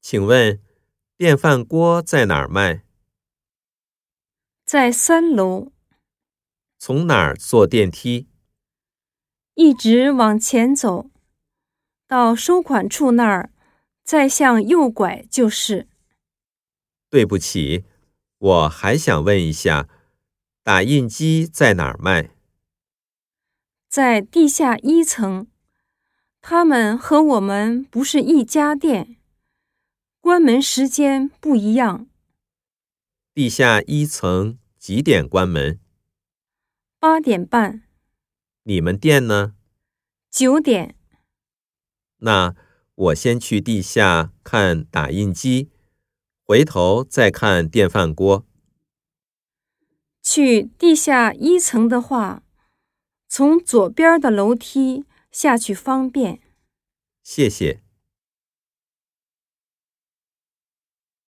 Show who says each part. Speaker 1: 请问电饭锅在哪儿卖？
Speaker 2: 在三楼，
Speaker 1: 从哪儿坐电梯？
Speaker 2: 一直往前走，到收款处那儿，再向右拐就是。
Speaker 1: 对不起，我还想问一下，打印机在哪儿卖？
Speaker 2: 在地下一层，他们和我们不是一家店，关门时间不一样，
Speaker 1: 地下一层几点关门？
Speaker 2: 八点半、
Speaker 1: 你们店呢？
Speaker 2: 九点。
Speaker 1: 那我先去地下看打印机，回头再看电饭锅。
Speaker 2: 去地下一层的话，从左边的楼梯下去方便。
Speaker 1: 谢谢。